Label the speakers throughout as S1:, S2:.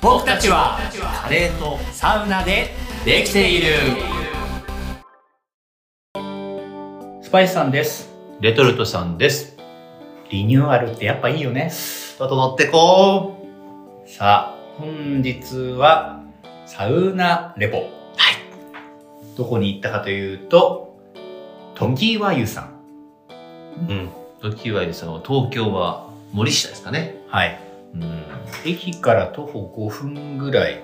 S1: 僕たちはカレーと
S2: サウナで
S1: できている
S2: スパイスさんです
S1: レトルトさんです
S2: リニューアルってやっぱいいよね
S1: 整ってこう
S2: さあ本日はサウナレポはいどこに行ったかというと時和湯さん
S1: うん時はですの東京は森下ですかね
S2: はい
S1: うん
S2: 駅から徒歩5分ぐらい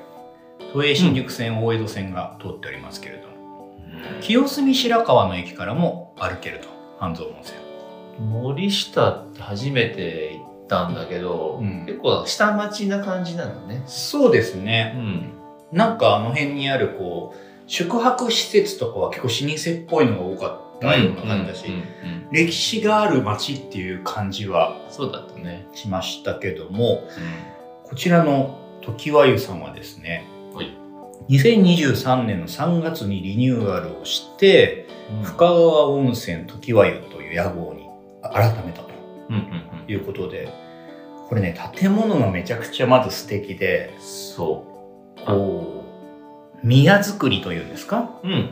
S2: 都営新宿線、大江戸線が通っておりますけれども清澄白河の駅からも歩けると半蔵門線
S1: 森下って初めて行ったんだけど、
S2: うん
S1: 結構下町な感じなんだね
S2: そうですね
S1: うん
S2: なんかあの辺にあるこう宿泊施設とかは結構老舗っぽいのが多かったような感じだし、
S1: うんうん
S2: 歴史がある街っていう感じは
S1: うんそうだったね、
S2: しましたけどもこちらの時和湯さんはですね、
S1: はい
S2: 2023年の3月にリニューアルをして、
S1: うん
S2: 深川温泉時和湯という屋号に改めたと
S1: うんうん
S2: いうことでこれね建物がめちゃくちゃまず素敵で
S1: うんそ
S2: こう宮造りというんですか
S1: ううん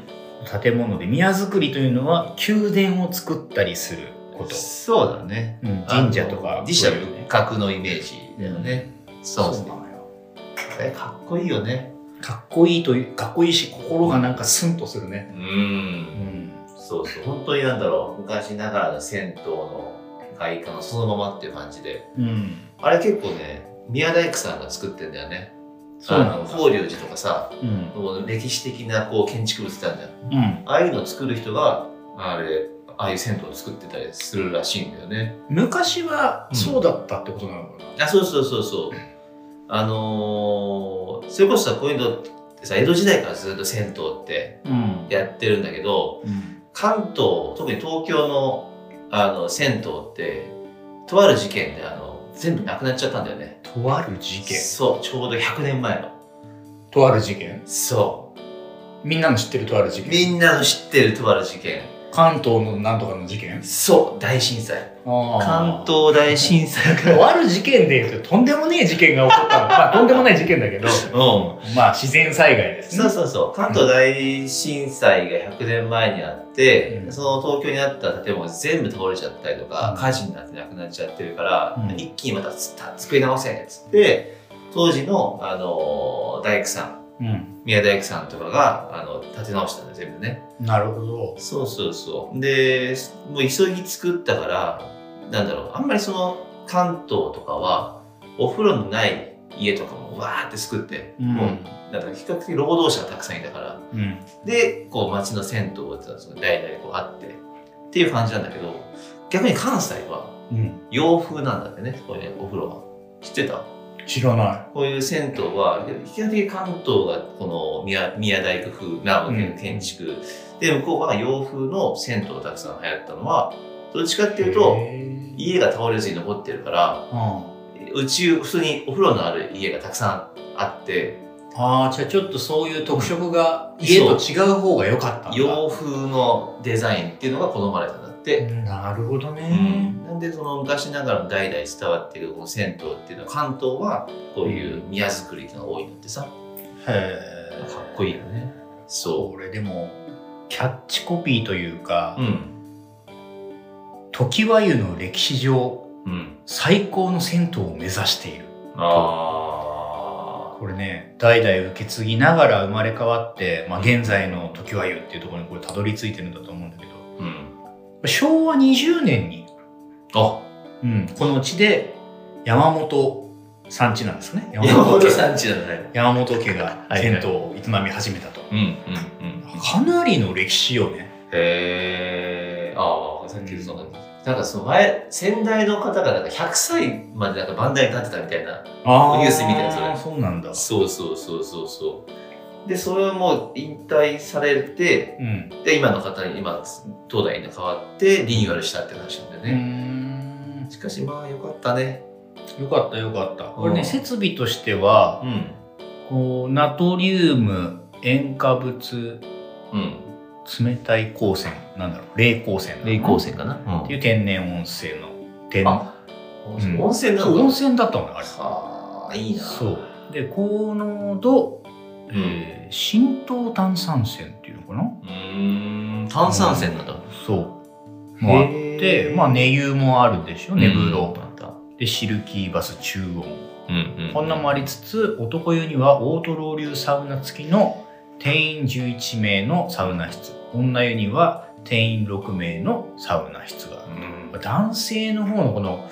S2: 建物で宮造りというのは宮殿を作ったりすること、
S1: そうだね
S2: うん神社とか
S1: 自社仏閣のイメージだよね、そうですね
S2: なのよ
S1: えかっこいいよね
S2: かっこいいというかっこいいし心がなんかスンとするね、
S1: う
S2: うんん、
S1: そうそう本当になんだろう昔ながらの銭湯の外観そのままっていう感じで
S2: うん、
S1: あれ結構ね宮大工さんが作ってんだよね
S2: そうな
S1: あの
S2: の
S1: 法隆寺とかさ
S2: うん
S1: もう歴史的なこう建築物ってあるじゃん
S2: うん、
S1: ああいうの作る人があれああいう銭湯を作ってたりするらしいんだよね
S2: 昔はそうだったってことなのかな、
S1: あそうそうそうそうあのーそれこそさこういうのってさ江戸時代からずっと銭湯って
S2: うん
S1: やってるんだけど
S2: うん
S1: 関東特に東京のあの銭湯ってとある事件であの全部なくなっちゃったんだよね
S2: とある事件
S1: そうちょうど100年前の
S2: とある事件
S1: そ
S2: みんなの知ってるとある事
S1: うみ
S2: 件
S1: んなの知ってるとある事件
S2: 関東のなんとかの事件
S1: そう大震災関
S2: 関
S1: 東大震災が
S2: とある事件でいうととんでもねえ事件が起こ ったのまあとんでもない事件だけど
S1: うん
S2: まあ自然災害ですね
S1: そうそうそう関東大震災が100年前にあって、
S2: うん
S1: その東京にあった建物全部倒れちゃったりとか、
S2: うん
S1: 火事になってなくなっちゃってるから、
S2: うん
S1: 一気にまたつた作り直せっつって当時の、あのー大工さん
S2: うん、
S1: 宮大工さんとかがあの建て直したんだよ全部ね
S2: なるほど。
S1: そうそうそうでもう急ぎ作ったからなんだろうあんまりその関東とかはお風呂のない家とかもわーって作って、
S2: うん
S1: もうなんか比較的労働者がたくさんいたから
S2: うん、
S1: でこう町の銭湯ってのはその代々こうあってっていう感じなんだけど逆に関西は
S2: うん、
S1: 洋風なんだってねこれねお風呂は知ってた
S2: 知らな
S1: こういう銭湯は比較的関東がこの宮宮大工風な
S2: うん
S1: 建築、で向こうが洋風の銭湯がたくさん流行ったのはどっちかっ
S2: い。
S1: ていう
S2: へ
S1: と
S2: ー
S1: 家が倒れずに残ってるから
S2: うん、あ
S1: うち普通にお風呂のある家がたくさんあって
S2: あー、じゃあちょっとそういう特色が家と違う方が良かったんだ。
S1: 洋風のデザインっていうのが好まれたんだって。
S2: なるほど
S1: う
S2: ね。
S1: んなんでその昔ながらの代々伝わっているこの銭湯っていうのは関東はこういう宮造りが多いのってさか
S2: へえ。
S1: っこいいよねそ
S2: これでもキャッチコピーというか、
S1: ううん
S2: 時和湯の歴史上
S1: うん
S2: 最高の銭湯を目指している。
S1: あ
S2: これね、代々受け継ぎながら生まれ変わって、まあ現在の時和湯っていうところにこれたどり着いてるんだと思うんだけど、
S1: あうん
S2: 昭和20年に
S1: あ
S2: うん、このうちで山本産地なんですね山
S1: 山
S2: 本
S1: 本
S2: 家
S1: さんちなんだね
S2: 山本家が
S1: はい
S2: 銭湯を営み始めたと、
S1: うんうんうん
S2: かなりの歴史をね
S1: へえああさっきそのなんかその前先代の方がなんか100歳までなんか番台に立ってたみたいな
S2: あ
S1: ニュース見てるそれ
S2: そうなんだ
S1: そうそうそうそうそうでそれをもう引退されて
S2: うん
S1: で今の方に今東大に変わってリニューアルしたって話なんだよ
S2: う
S1: ね、
S2: ん
S1: しかしまあよかったね
S2: よかったよかったこれ
S1: うん
S2: ね設備としては
S1: うん
S2: こうナトリウム塩化物
S1: うん
S2: 冷たい光線なんだろう冷光線なのかな
S1: 線かな、っ
S2: っててい
S1: い
S2: うう天然温泉の天
S1: あ温泉
S2: うん
S1: 温泉な
S2: そう温
S1: のか
S2: 泉だったのあれ
S1: はあいいな
S2: そうで高濃度、
S1: うん
S2: えー浸透炭酸泉っていうのかな
S1: うーん炭酸泉なんだ
S2: そうもあってまあ寝湯もあるでしょ寝風呂、
S1: なんだ
S2: でシルキーバス中音
S1: うんうん
S2: こんなもありつつ男湯にはオートロウリュサウナ付きの定員11名のサウナ室女湯には定員6名のサウナ室がある
S1: うん
S2: 男性の方のこの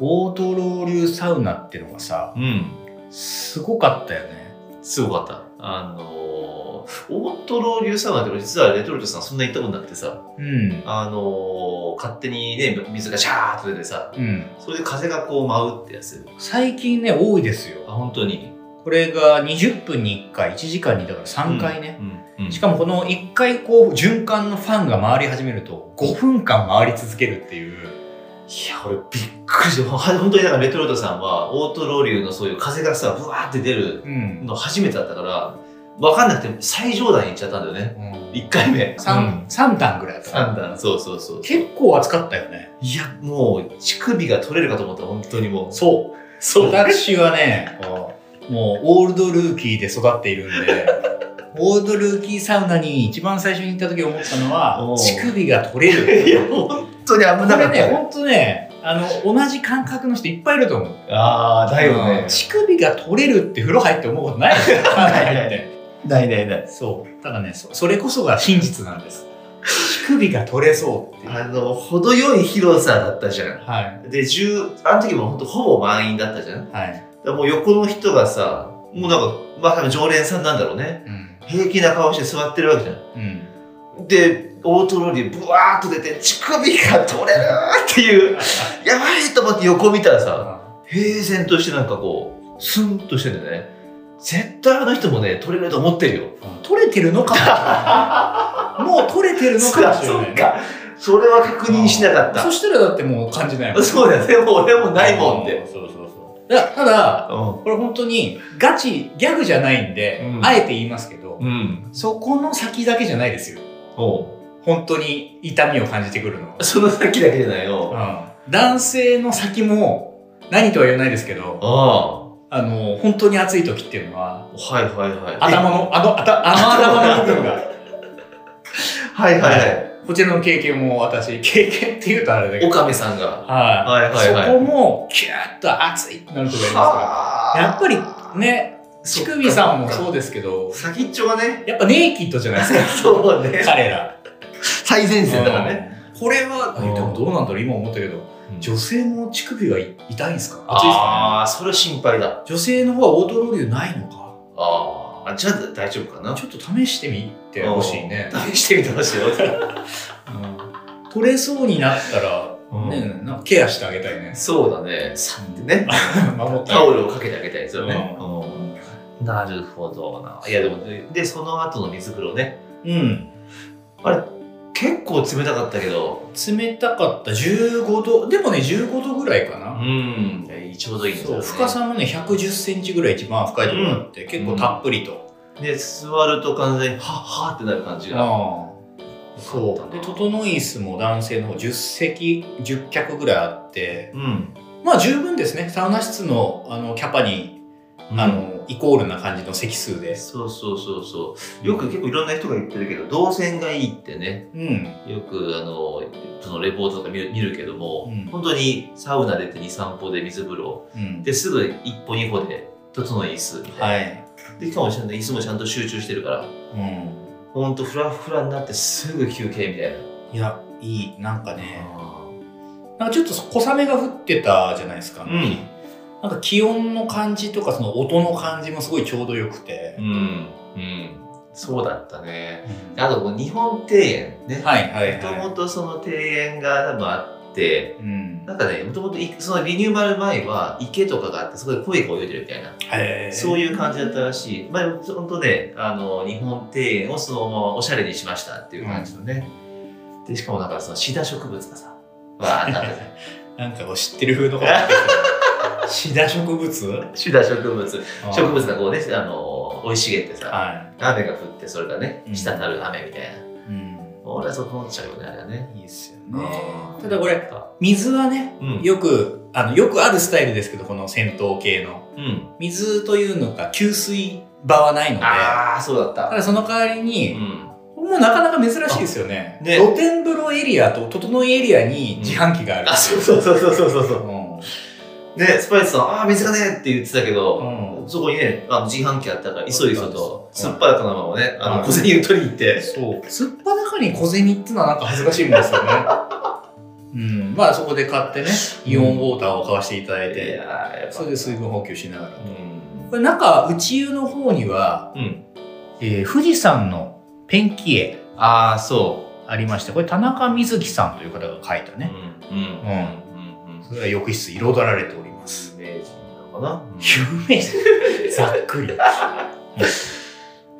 S2: オートロー流サウナっていうのがさ
S1: うん
S2: すごかったよね
S1: すごかったあのーオートロー流サウナって俺実はレトルトさんそんな行ったことなくてさ
S2: うん
S1: あのー勝手にね水がシャーッと出てさ
S2: うん
S1: それで風がこう舞うってやつ
S2: 最近ね多いです
S1: あ
S2: よ
S1: 本当に
S2: これが20分に1回1時間にだから3回ね、、
S1: うんうん
S2: しかもこの1回こう循環のファンが回り始めると5分間回り続けるっていう
S1: いや、俺びっくりして、ほ本当になんかレトロトさんは、オートロウリュウのそういう風がさ、ブワーって出る
S2: うん、
S1: の初めてだったから、わかんなくて最上段に行っちゃったんだよね。1回目。
S2: 3, 3段ぐらいだった
S1: 三段。そうそうそう。
S2: 結構暑かったよね
S1: いや、もう、乳首が取れるかと思った、本当にもう。
S2: そう
S1: そう。
S2: 私はね、こうもうオールドルーキーで育っているんで、オールドルーキーサウナに一番最初に行った時思ったの
S1: お
S2: は、
S1: う
S2: 乳首が取れ
S1: いや
S2: る。、
S1: 本当に危
S2: こ
S1: なか
S2: れ
S1: っ
S2: ね、
S1: た。
S2: ほんとね、あの、同じ感覚の人いっぱいいると思う。
S1: ああ、だ
S2: うん乳首が取れるって風呂入って思うことない ですよ、サウナ入って。
S1: ないないない。
S2: そう。ただねそ、それこそが真実なんです。乳首が取れそうっていう。
S1: あの、程よい広さだったじゃん。
S2: はい。
S1: で、10、あの時も本当ほぼ満員だったじゃん。
S2: はい。
S1: だからもう横の人がさ、もうなんか、まあ多分常連さんなんだろうね。
S2: うん。
S1: 平気な顔して座ってるわけじゃ
S2: うん。
S1: ん。で、オートローリーブワーッと出て、乳首が取れるっていう、やばいと思って横見たらさ、平然としてなんかこう、スンとしてんだよね。絶対あの人もね、取れると思ってるよ。
S2: 取れてるのかもしれ ない。もう取れてるのかもしれない、ね。
S1: か。それは確認しなかっ
S2: そしたらだってもう感じないも
S1: た。
S2: ん。
S1: そうだよね。もう俺もないもんで。
S2: そうそうそう。だただ、こ
S1: う
S2: れ本当にガチ、ギャグじゃないんで、
S1: うん
S2: あえて言いますけど、
S1: ん。うん。
S2: そこの先だけじゃないですよ。
S1: お
S2: 本当に痛みを感じてくるのは。
S1: その先だけじゃないよ。
S2: うん男性の先も、何とは言えないですけど、
S1: あ
S2: あの、本当に暑い時っていうのは、
S1: あ。はいはいはい。
S2: 頭の、あの、あたあの頭の部分が、
S1: はいはいはい。
S2: こちらの経験も私、経験って言うとあれだけど、
S1: 岡部さんが。
S2: はい
S1: はいはいはい。
S2: そこも、キューッと熱いってなる時がありますから。やっぱりね、
S1: そ
S2: 乳
S1: っか
S2: 首さんもそうですけど、
S1: 先っちょがね、
S2: やっぱネイキッドじゃないです か、
S1: そうね
S2: 彼ら。
S1: 最前線だからね。
S2: うんこれは、
S1: うん
S2: でもどうなんだろう、今思ったけど、女性も乳首がい痛いんですか熱いですか
S1: ああ、それは心配だ。
S2: ね女性の方はオートロウリュないのか
S1: ああ、じゃあ大丈夫かな。
S2: ちょっと試してみてほしいね。
S1: 試してみてほしいよ。
S2: うん取れそうになったら、
S1: うん。
S2: ね、なんかケアしてあげたいね
S1: そうだね。さんでね、
S2: 守ってあ
S1: タ
S2: げ
S1: オ
S2: る
S1: ルをかけてあげたいですよね。うんなるほどな。いやでも、で、その後の水風呂ね。
S2: うん。
S1: 結構冷たかったけど、
S2: 冷たかった。15度。でもね、15度ぐらいかな。
S1: ん、ちょうどいいんです
S2: そう
S1: よ、ね。
S2: 深さもね1 1 0ンチぐらい一番深いところがあって、結構たっぷりと、
S1: で、座ると完全に、はっはーってなる感じが。
S2: ああそうで整い椅子も男性の方10席10脚ぐらいあって
S1: うん。
S2: まあ十分ですねサウナ室のあのキャパに、あのイコールな感じの席数で
S1: そうそうそうそうよく結構いろんな人が言ってるけど動線がいいってね
S2: うん
S1: よくあのそのレポートとか見る見るけども、
S2: うん
S1: 本当にサウナ出て23歩で水風呂
S2: うん
S1: ですぐ1歩2歩で整い椅子みたいな、
S2: はい、
S1: でしかもちゃんと椅子もちゃんと集中してるから
S2: うん、
S1: ほんとフラフラになってすぐ休憩みたいない
S2: やいいなんかねなんかちょっと小雨が降ってたじゃないですか、
S1: うん
S2: なんか気温の感じとかその音の感じもすごいちょうどよくて
S1: う、んうんそうだったねあとこう日本庭園ね
S2: はいはい
S1: もと
S2: は
S1: もとその庭園が多分あって
S2: い、うん
S1: なんかね、もともといそのリニューアル前は池とかがあって、そこで鯉が泳いでるみたいな、
S2: へー
S1: そういう感じだったらしい。まあ、本当ね、あの、日本庭園をそのままおしゃれにしましたっていう感じのね。で、しかもなんかそのシダ植物が さ、わーってあったじゃん。
S2: なんかこう知ってる風のこと言ってるけ どシダ植物
S1: シダ植物。植
S2: 植
S1: 物がこうね、あの、生い茂ってさ、
S2: は
S1: 雨が降って、それがね、
S2: うん
S1: 滴る雨みたいな。
S2: い、うん、
S1: 俺はそう思っちゃうよね、あれはね。
S2: いいですよねただこれ水はね
S1: うん、
S2: よくくあのよくあるスタイルですけどこの戦闘系の
S1: うん。
S2: 水というのか給水場はないのでた
S1: ああ、そうだった。
S2: だその代わりに、
S1: ん。
S2: もうなかなか珍しいですよね
S1: あね
S2: 露天風呂エリアと整いエリアに自販機がある、
S1: あ、そうそうそうそうそうそう。
S2: うん
S1: ね、スパイスさん、ああー、水がねえって言ってたけど、
S2: うん
S1: そこにね、あの自販機あったから、急いそと、
S2: そ
S1: 酸
S2: う
S1: っぱだったままね、あ
S2: は
S1: の、
S2: い
S1: 小銭を取りに行って、
S2: そうすっぱだかに小銭ってのはなんか恥ずかしいもんですよね うんまあそこで買ってねイオンウォーターを買わせていただい
S1: い
S2: て、
S1: やーやっぱ
S2: それで水分補給しながら
S1: うん
S2: これ中内湯の方には、
S1: うん
S2: えー富士山のペンキ絵
S1: ああ、そ
S2: ありましてこれ田中瑞希さんという方が描いた
S1: う。
S2: ね、
S1: うん。うん。うん。うん。
S2: それが浴室彩られております
S1: 有名人なのかな、
S2: 有名人ざっ くり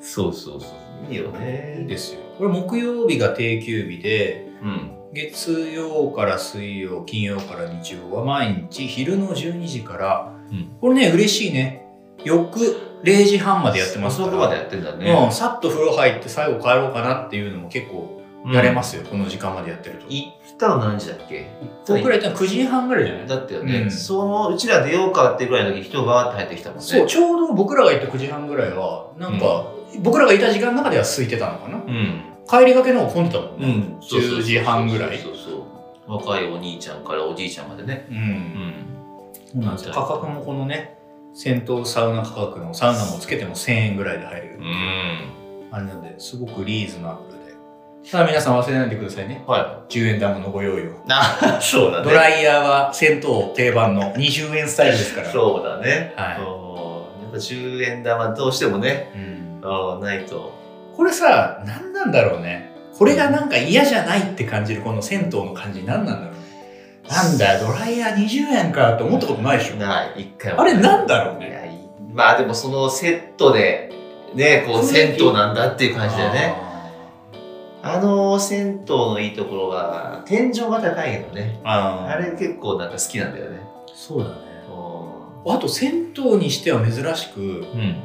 S1: そうそうそう。いいよね。
S2: ですよこれ木曜日が定休日で
S1: うん。
S2: 月曜から水曜金曜から日曜は毎日昼の12時から、
S1: うん
S2: これね嬉しいね翌0時半までやってます
S1: そ
S2: から
S1: こまでやってんだ
S2: う
S1: ね。。
S2: ん、さっと風呂入って最後帰ろうかなっていうのも結構やれますすよ、この時間までやってると
S1: 行ったの何時だっけ
S2: 僕らやったの9時半ぐらいじゃない
S1: だったよね、
S2: うん
S1: そのうちら出ようかってぐらいの時人がバーって入ってきたもんね
S2: そうちょうど僕らが行った9時半ぐらいはなんか、僕らがいた時間の中では空いてたのかな
S1: うん
S2: 帰りがけの方が混んでたもん
S1: う
S2: ね、
S1: ん、そうそうそう
S2: 10時半ぐらい
S1: そうそうそう若いお兄ちゃんからおじいちゃんまでね
S2: う
S1: うんん
S2: そうなんですよ価格もこのね銭湯サウナ価格のサウナもつけても1000円ぐらいで入れる、
S1: うん
S2: あれなんですごくリーズナブルでただ皆さん忘れないでくださいね
S1: は
S2: 10円玉のご用意を
S1: いな そうだ
S2: ドライヤーは銭湯定番の20円スタイルですから
S1: そうだね
S2: はい
S1: そうやっぱ10円玉どうしてもね
S2: うん
S1: あーないと
S2: これさ何なんだろうねこれがなんか嫌じゃないって感じるこの銭湯の感じ何なんだろうねなんだドライヤー20円かって思ったことないでしょ
S1: ない一回も
S2: あれなんだろう
S1: い
S2: ね
S1: やいいまあでもそのセットでねこう
S2: 雰囲
S1: 銭
S2: 気
S1: 湯なんだっていう感じだよね
S2: あ
S1: あの銭湯のいいところが天井が高いのね
S2: ーあー
S1: あれ結構なんか好きなんだよね
S2: そうだね
S1: う
S2: あと銭湯にしては珍しく
S1: ん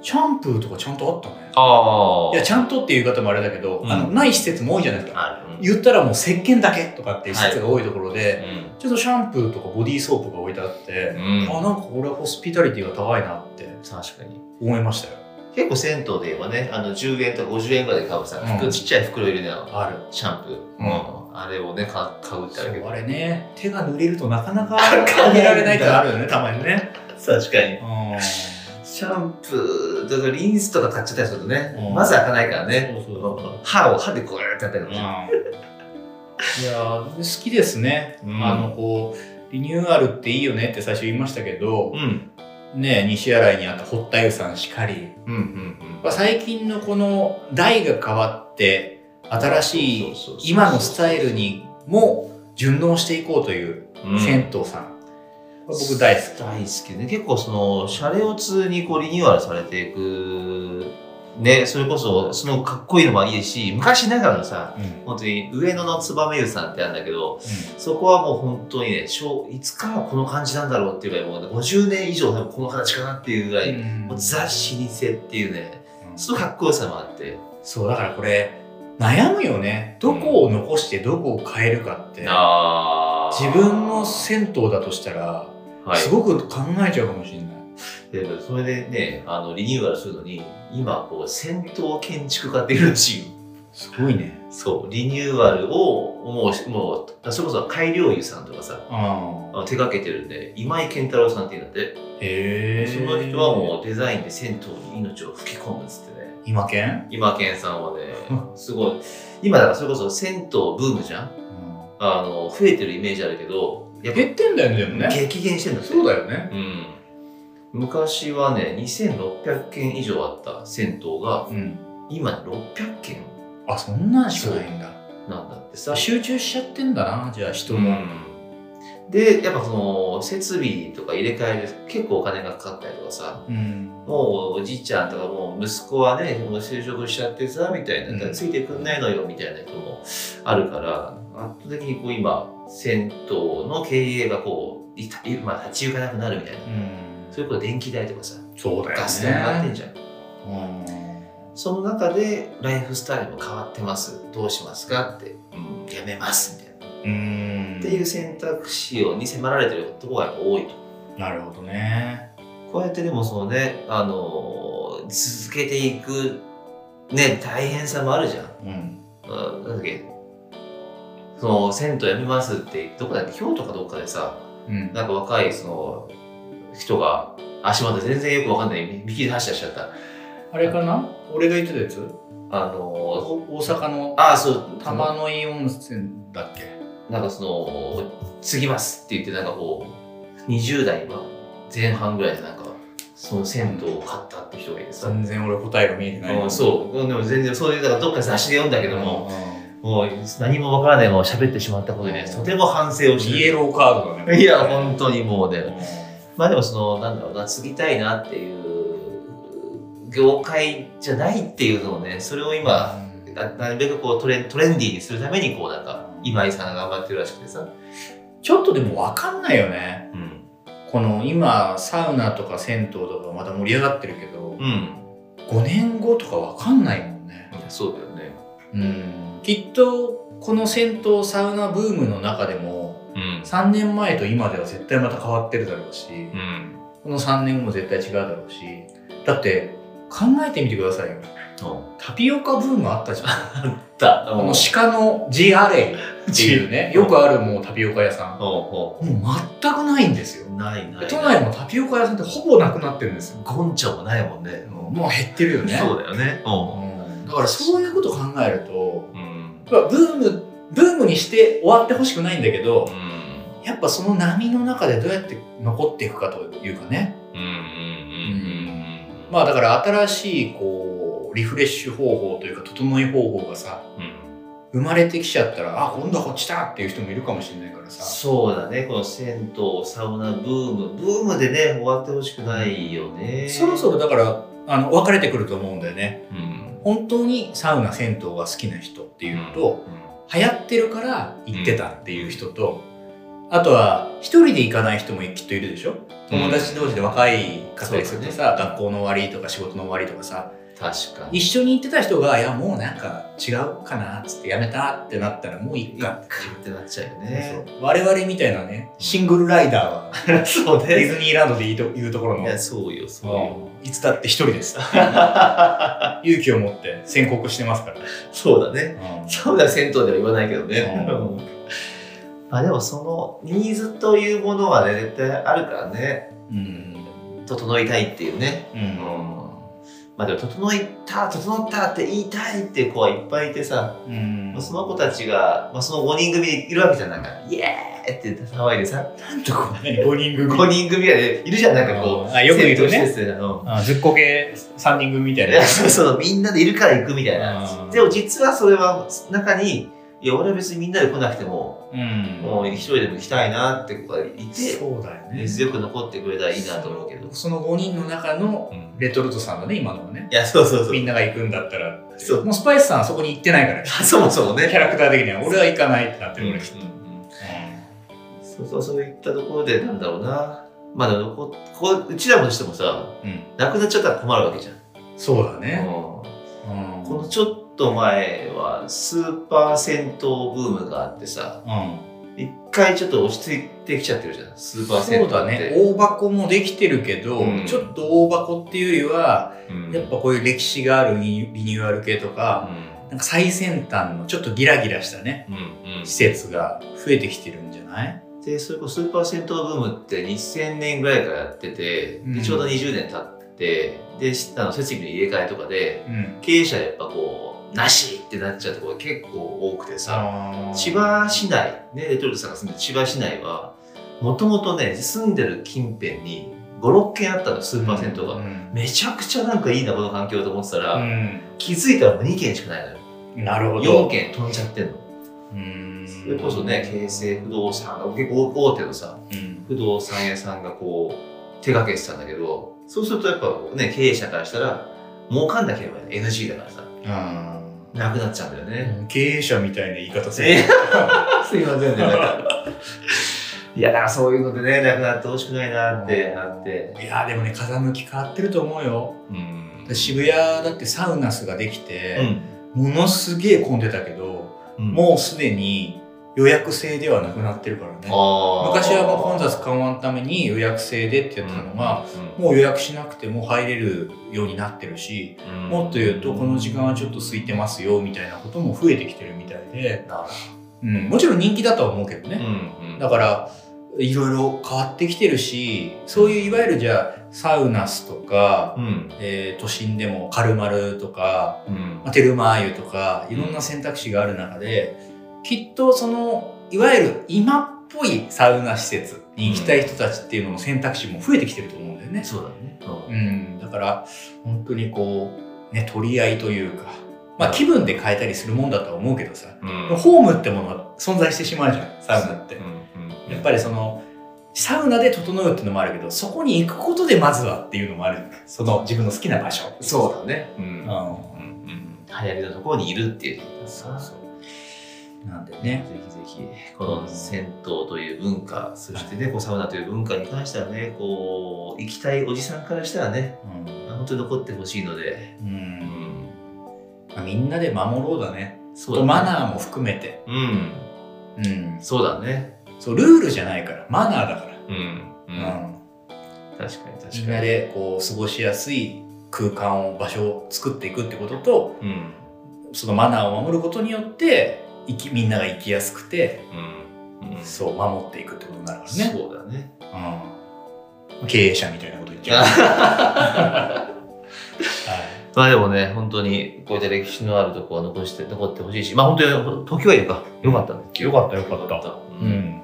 S2: シャンプーとかちゃんとあったね
S1: ああ
S2: いやち
S1: ん
S2: ゃんとっていう言い方もあれだけど、
S1: うん
S2: あのない施設も多いじゃないですか
S1: ある
S2: 言ったらもう石鹸だけとかっていう施設が多いところで、
S1: うん
S2: ちょっとシャンプーとかボディーソープが置いてあって、
S1: うん
S2: あなんかこれはホスピタリティが高いなって
S1: 確かに
S2: 思いましたよ
S1: 結構銭湯で言えばねあの10円とか50円ぐらいで買うさ、
S2: うん
S1: ちっちゃい袋入れの
S2: ある
S1: シャンプー、
S2: う
S1: あれをねか買うってあ
S2: そ
S1: るけ
S2: う
S1: ど
S2: あれね手が濡れるとなかな か
S1: あかん
S2: あげられないってあるよねたまにね
S1: 確かに
S2: うん
S1: シャンプーだとリンスとか買っちゃったりするとね、
S2: うん
S1: まず開かないからね
S2: そうそう
S1: うん歯を歯でこうやってやったりと
S2: うん
S1: か
S2: い
S1: ね
S2: やー好きですね、
S1: うん
S2: あのこうリニューアルっていいよねって最初言いましたけど
S1: う、ん
S2: ね西新井にあった堀田湯さんしかり
S1: うんうん
S2: まあ最近のこの代が変わって新しい
S1: そうそうそうそう
S2: 今のスタイルにも順応していこうという
S1: うん
S2: 銭湯さん、僕大好き
S1: 大好きね結構そのシャレオツにこうリニューアルされていくねそれこそそのかっこいいのもいいし昔ながらのさ
S2: うん
S1: 本当に上野の燕湯さんってあるんだけどそこはもう本当にね小いつからこの感じなんだろうっていうぐらいもうね、50年以上多分この形かなっていうぐらい、
S2: うん
S1: もうザ・老舗っていうね
S2: うん
S1: そのかっこよさもあって
S2: そうだからこれ悩むよねどこを残してどこを変えるかって、
S1: あ
S2: 自分の銭湯だとしたら
S1: はい
S2: すごく考えちゃうかもしれない、
S1: でそれでねあのリニューアルするのに今こう戦闘建築家っていうらしいよ
S2: すごいね
S1: そう、リニューアルを、もう、もう、それこそ改良湯さんとかさ、
S2: あ
S1: あの手掛けてるんで、今井健太郎さんっていうんだって、
S2: へえ
S1: その人はもうデザインで銭湯に命を吹き込むっつってね、
S2: 今県、
S1: 今健さんはね、すごい、今だからそれこそ銭湯ブームじゃん
S2: うん
S1: あの、増えてるイメージあるけど、やっぱ
S2: 減ってんだよねでもね
S1: 激減してるんだって。
S2: そうだよね
S1: うん。昔はね、2600件以上あった銭湯が、
S2: うん
S1: 今600件
S2: あそんなんしかないんだ
S1: なんだってさ。
S2: 集中しちゃってんだなじゃあ人
S1: う
S2: も、
S1: ん、でやっぱその設備とか入れ替える結構お金がかかったりとかさ
S2: うん
S1: もうおじいちゃんとかもう息子はねもう就職しちゃってさみたいな、
S2: うん
S1: ついてくんないのよみたいな人もあるから圧倒的にこう今銭湯の経営がこういたまあ、立ち行かなくなるみたいな、
S2: うん
S1: そういうこと電気代とかさ
S2: そうだよね
S1: ガス代上がってんじゃん
S2: うん
S1: その中でライフスタイルも変わってますどうしますかって、うん、やめますみたいな
S2: うん
S1: っていう選択肢をに迫られてるところがやっぱ多いと。
S2: なるほどね
S1: こうやってでもそのね、あのー続けていく、ね、大変さもあるじゃん。
S2: うん
S1: うん、なんだっけその銭湯やめますってどこだっけ京都かどっかでさ
S2: うん
S1: なんか若いその人が足元全然よくわかんない見切り発車しちゃった
S2: あれかな俺が言ってたやつ
S1: あの
S2: 大阪の
S1: ああそう
S2: 玉の井温泉だっけ
S1: なんかその「継ぎます」って言ってなんかこう20代の前半ぐらいでなんかその銭湯を買ったって人がいてさ、
S2: 全然俺答えが見えてない
S1: うん、そうでも全然そういうだからどっか雑誌で読んだけども、
S2: う
S1: もう何もわからないまま喋ってしまったことにねとても反省を
S2: ん
S1: して
S2: イエローカードだね
S1: いや、本当にもうね、
S2: う
S1: まあでもその、なんだろうな、継ぎたいなっていう業界じゃないっていうのをね、それを
S2: ん
S1: 今、ななるべくこうトレントレンディーにするために、こうなんか、今井さんが頑張ってるらしくてさ。
S2: ちょっとでも分かんないよね
S1: うん。
S2: この今サウナとか銭湯とかまだ盛り上がってるけど、
S1: うん。
S2: 5年後とか分かんないもんね
S1: そうだよね。
S2: うんきっとこの銭湯サウナブームの中でも
S1: うん。
S2: 3年前と今では絶対また変わってるだろうし
S1: うん。
S2: この3年後も絶対違うだろうしだって考えてみてくださいよタピオカブームあったじゃん
S1: だ、
S2: こ
S1: も
S2: の鹿の G アレイ っていうね、よくあるもうタピオカ屋さん。も
S1: おう
S2: う全くないんですよ。
S1: おうないない。
S2: 都内もタピオカ屋さんってほぼなくなってるんですよ。
S1: ゴンチャもないもんね。
S2: もう減ってるよね。
S1: そうだよね。おう
S2: うんだからそういうことを考えると、
S1: うん。
S2: やっぱブーム、ブームにして終わってほしくないんだけど
S1: う、ん。
S2: やっぱその波の中でどうやって残っていくかというかね。
S1: うん。うん。うん。うん。
S2: まあだから新しいこう、リフレッシュ方法というか整い方法がさ、
S1: うん。
S2: 生まれてきちゃったら、あ、今度はこっちだっていう人もいるかもしれないからさ。
S1: そうだね、この銭湯、サウナブーム、ブームでね、終わってほしくないよね。
S2: そろそろだからあの分かれてくると思うんだよね
S1: うん、
S2: 本当にサウナ銭湯が好きな人って
S1: う
S2: い
S1: ん、
S2: うのと、流行ってるから行ってたっていう人と、あとは一人で行かない人もきっといるでしょ友達同士で若い方ですると
S1: そうだ
S2: さ、
S1: ね
S2: 学校の終わりとか仕事の終わりとかさ
S1: 確かに。
S2: 一緒に行ってた人がいやもうなんか違うかなっつってやめたってなったらもういっかっていう
S1: ってなっちゃうよ
S2: そう
S1: ね。
S2: そう我々みたいなねシングルライダーは
S1: そう
S2: ディ。ズニーランドでいいというところ
S1: い
S2: の
S1: や、そうよ、そうよ。
S2: いつだって一人 です。勇気を持って宣告してますから。
S1: そうだね。サウナ銭湯では言わないけどね。
S2: う
S1: まあでも、そのニーズというものはね、絶対あるからね。
S2: うん。
S1: 整いたいっていうね。
S2: う
S1: うん
S2: ん。
S1: まあでも、整いた、整ったって言いたいっていう子はいっぱいいてさ。
S2: うん
S1: まあその子たちが、まあ、その5人組でいるわけじゃんなんか「イエーイ!」って騒いでさ
S2: なんとこんなに5人組。
S1: 5人組がねいるじゃんなんかこう
S2: あ、よくいる
S1: 戦闘施
S2: ね。
S1: 設であの
S2: あ、ずっこけ3人組みたい
S1: い
S2: な
S1: や。そうそうみんなでいるから行くみたいな
S2: うん
S1: でも実はそれは中に「いや俺は別にみんなで来なくても、
S2: うん
S1: もう一人でも行きたいな」って子がいて
S2: そうだよね。
S1: 根強く残ってくれたらいいなと思うけど、
S2: その5人の中の
S1: うん
S2: レトルトさんだね、今のはね。
S1: いやそうそうそう
S2: みんなが行くんだったらって。
S1: そう
S2: もうスパイスさんはそこに行ってないから。キ
S1: そもそもね
S2: ャラクター的には俺は行かないってなってるから。
S1: うんそうそうそういったところでなんだろうなまあでもここうちらもしてもさ
S2: うん。
S1: なくなっちゃったら困るわけじゃん
S2: そうだね。
S1: こ
S2: うん
S1: のちょっと前はスーパー銭湯ブームがあってさ
S2: うん。
S1: 一回ちょっと落ち着いてきちゃってるじゃんスーパー銭湯
S2: そ
S1: っ
S2: う
S1: て
S2: だね大箱もできてるけど、
S1: うん
S2: ちょっと大箱っていうよりは
S1: うん
S2: やっぱこういう歴史があるリニューアル系とか,、なんか最先端のちょっとギラギラしたね
S1: うんうん
S2: 施設が増えてきてるんじゃない
S1: でそれこそスーパー銭湯ブームって2000年ぐらいからやってて
S2: うん
S1: でちょうど20年経ってでしあの設備の入れ替えとかで
S2: うん
S1: 経営者やっぱこうなしってなっちゃうところが結構多くてさ、
S2: あ
S1: 千葉市内、ね、レトルトさんが住んでる千葉市内は、もともとね、住んでる近辺に5、6軒あったの、スーパー銭湯
S2: う
S1: が。
S2: ん
S1: めちゃくちゃなんかいいな、この環境と思ってた
S2: う
S1: ら、
S2: ん
S1: 気づいたらもう2軒しかないのよ。
S2: なるほ
S1: 4
S2: ど
S1: 軒飛んじゃってんの。
S2: うん
S1: それこそね、京成不動産が、結構大手のさ、
S2: うん
S1: 不動産屋さんがこう、手掛けてたんだけど、そうするとやっぱね、経営者からしたら、儲かんなければ NG だからさ、
S2: あー
S1: なくなっちゃうんだよね。
S2: 経営者みたいな言い方する、
S1: えすいませんね、なんか。 いやだからそういうのでねなくなってほしくないなってなって
S2: いやでもね風向き変わってると思うよ
S1: うん
S2: 渋谷だってサウナスができて、
S1: うん
S2: ものすげえ混んでたけど、
S1: うん
S2: もうすでに予約制ではなくなってるからね昔はもう混雑緩和のために予約制でってやったのが、
S1: うん
S2: もう予約しなくても入れるようになってるし、
S1: うん
S2: もっと言うとこの時間はちょっと空いてますよみたいなことも増えてきてるみたいで、
S1: なるほ
S2: うん、もちろん人気だとは思うけど
S1: ど
S2: ね、
S1: うんうん
S2: だからいろいろ変わってきてるしそういういわゆるじゃあサウナスとか、
S1: うん
S2: えー都心でもカルマルとか
S1: うん
S2: まあテルマー湯とかいろんな選択肢がある中で、きっとそのいわゆる今っぽいサウナ施設に行きたい人たちっていうのの選択肢も増えてきてると思うんだよね。
S1: そうだね
S2: うん、だから本当にこうね取り合いというか、まあ、気分で変えたりするもんだとは思うけどさ、
S1: うん
S2: ホームってものは存在してしまうじゃんサウナって
S1: うん。うん
S2: やっぱりそのサウナで整うっていうのもあるけどそこに行くことでまずはっていうのもあるその自分の好きな場所。
S1: そうだねうん
S2: うん、
S1: うん流行りのところにいるっていう
S2: そうそううなんでね
S1: ぜひぜひこの銭湯という文化そしてねこうサウナという文化に関してはねこう行きたいおじさんからしたらね
S2: うん
S1: 本当に残ってほしいので、
S2: う
S1: うんん、
S2: まあみんなで守ろうだね。
S1: そうだね
S2: マナーも含めて。
S1: うん
S2: うん。
S1: そうだね
S2: そう、ルールじゃないから、マナーだから。
S1: うん、う、
S2: うん
S1: 確かに確かに
S2: みんなで、こう、過ごしやすい空間を、場所を作っていくってことと、
S1: うん
S2: そのマナーを守ることによって、生き、みんなが生きやすくて、
S1: うんうん
S2: そう、守っていくってことになるからね。
S1: そうだね
S2: うん。経営者みたいなこと言っちゃう。はい。
S1: まあでもね本当にこういった歴史のあるところは残して残ってほしいしまあ本当に時はいいかよかったね
S2: よかったよかった
S1: う
S2: うんん。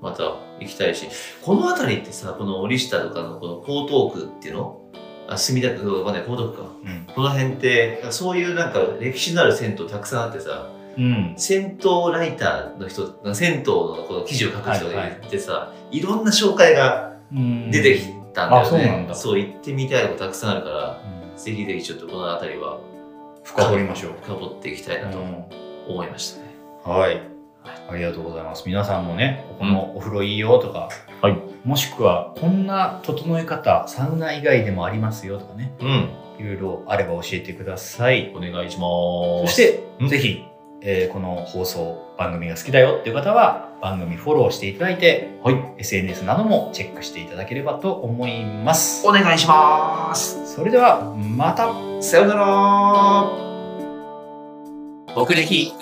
S1: また行きたいしこの辺りってさこの折下とかのこの江東区っていうのあ墨田区わかんない江東区か
S2: うん。
S1: この辺ってそういうなんか歴史のある銭湯たくさんあってさ
S2: うん。
S1: 銭湯ライターの人銭湯のこの記事を書く人
S2: は
S1: が
S2: いはい
S1: いてさ、いろんな紹介が
S2: うん
S1: 出てきたんだよ
S2: あ
S1: ね、
S2: そうなんだ
S1: そう行ってみたいことたくさんあるから
S2: うん
S1: ぜひぜひちょっとこの辺りは
S2: 深掘りましょう。
S1: 深掘っていきたいなと思いましたね、
S2: はい。ありがとうございます。皆さんもね、ここ
S1: う
S2: のお風呂いいよとか、
S1: はい
S2: もしくはこんな整え方、サウナ以外でもありますよとかね、
S1: うん
S2: いろいろあれば教えてください。
S1: お願いしま
S2: そし
S1: す
S2: て
S1: う、ん
S2: ぜひ、えーこの放送、番組が好きだよっていう方は、番組フォローしていただいて、
S1: はい
S2: SNS などもチェックしていただければと思います
S1: お。願いします
S2: それでは、また
S1: さよなら
S2: 僕歴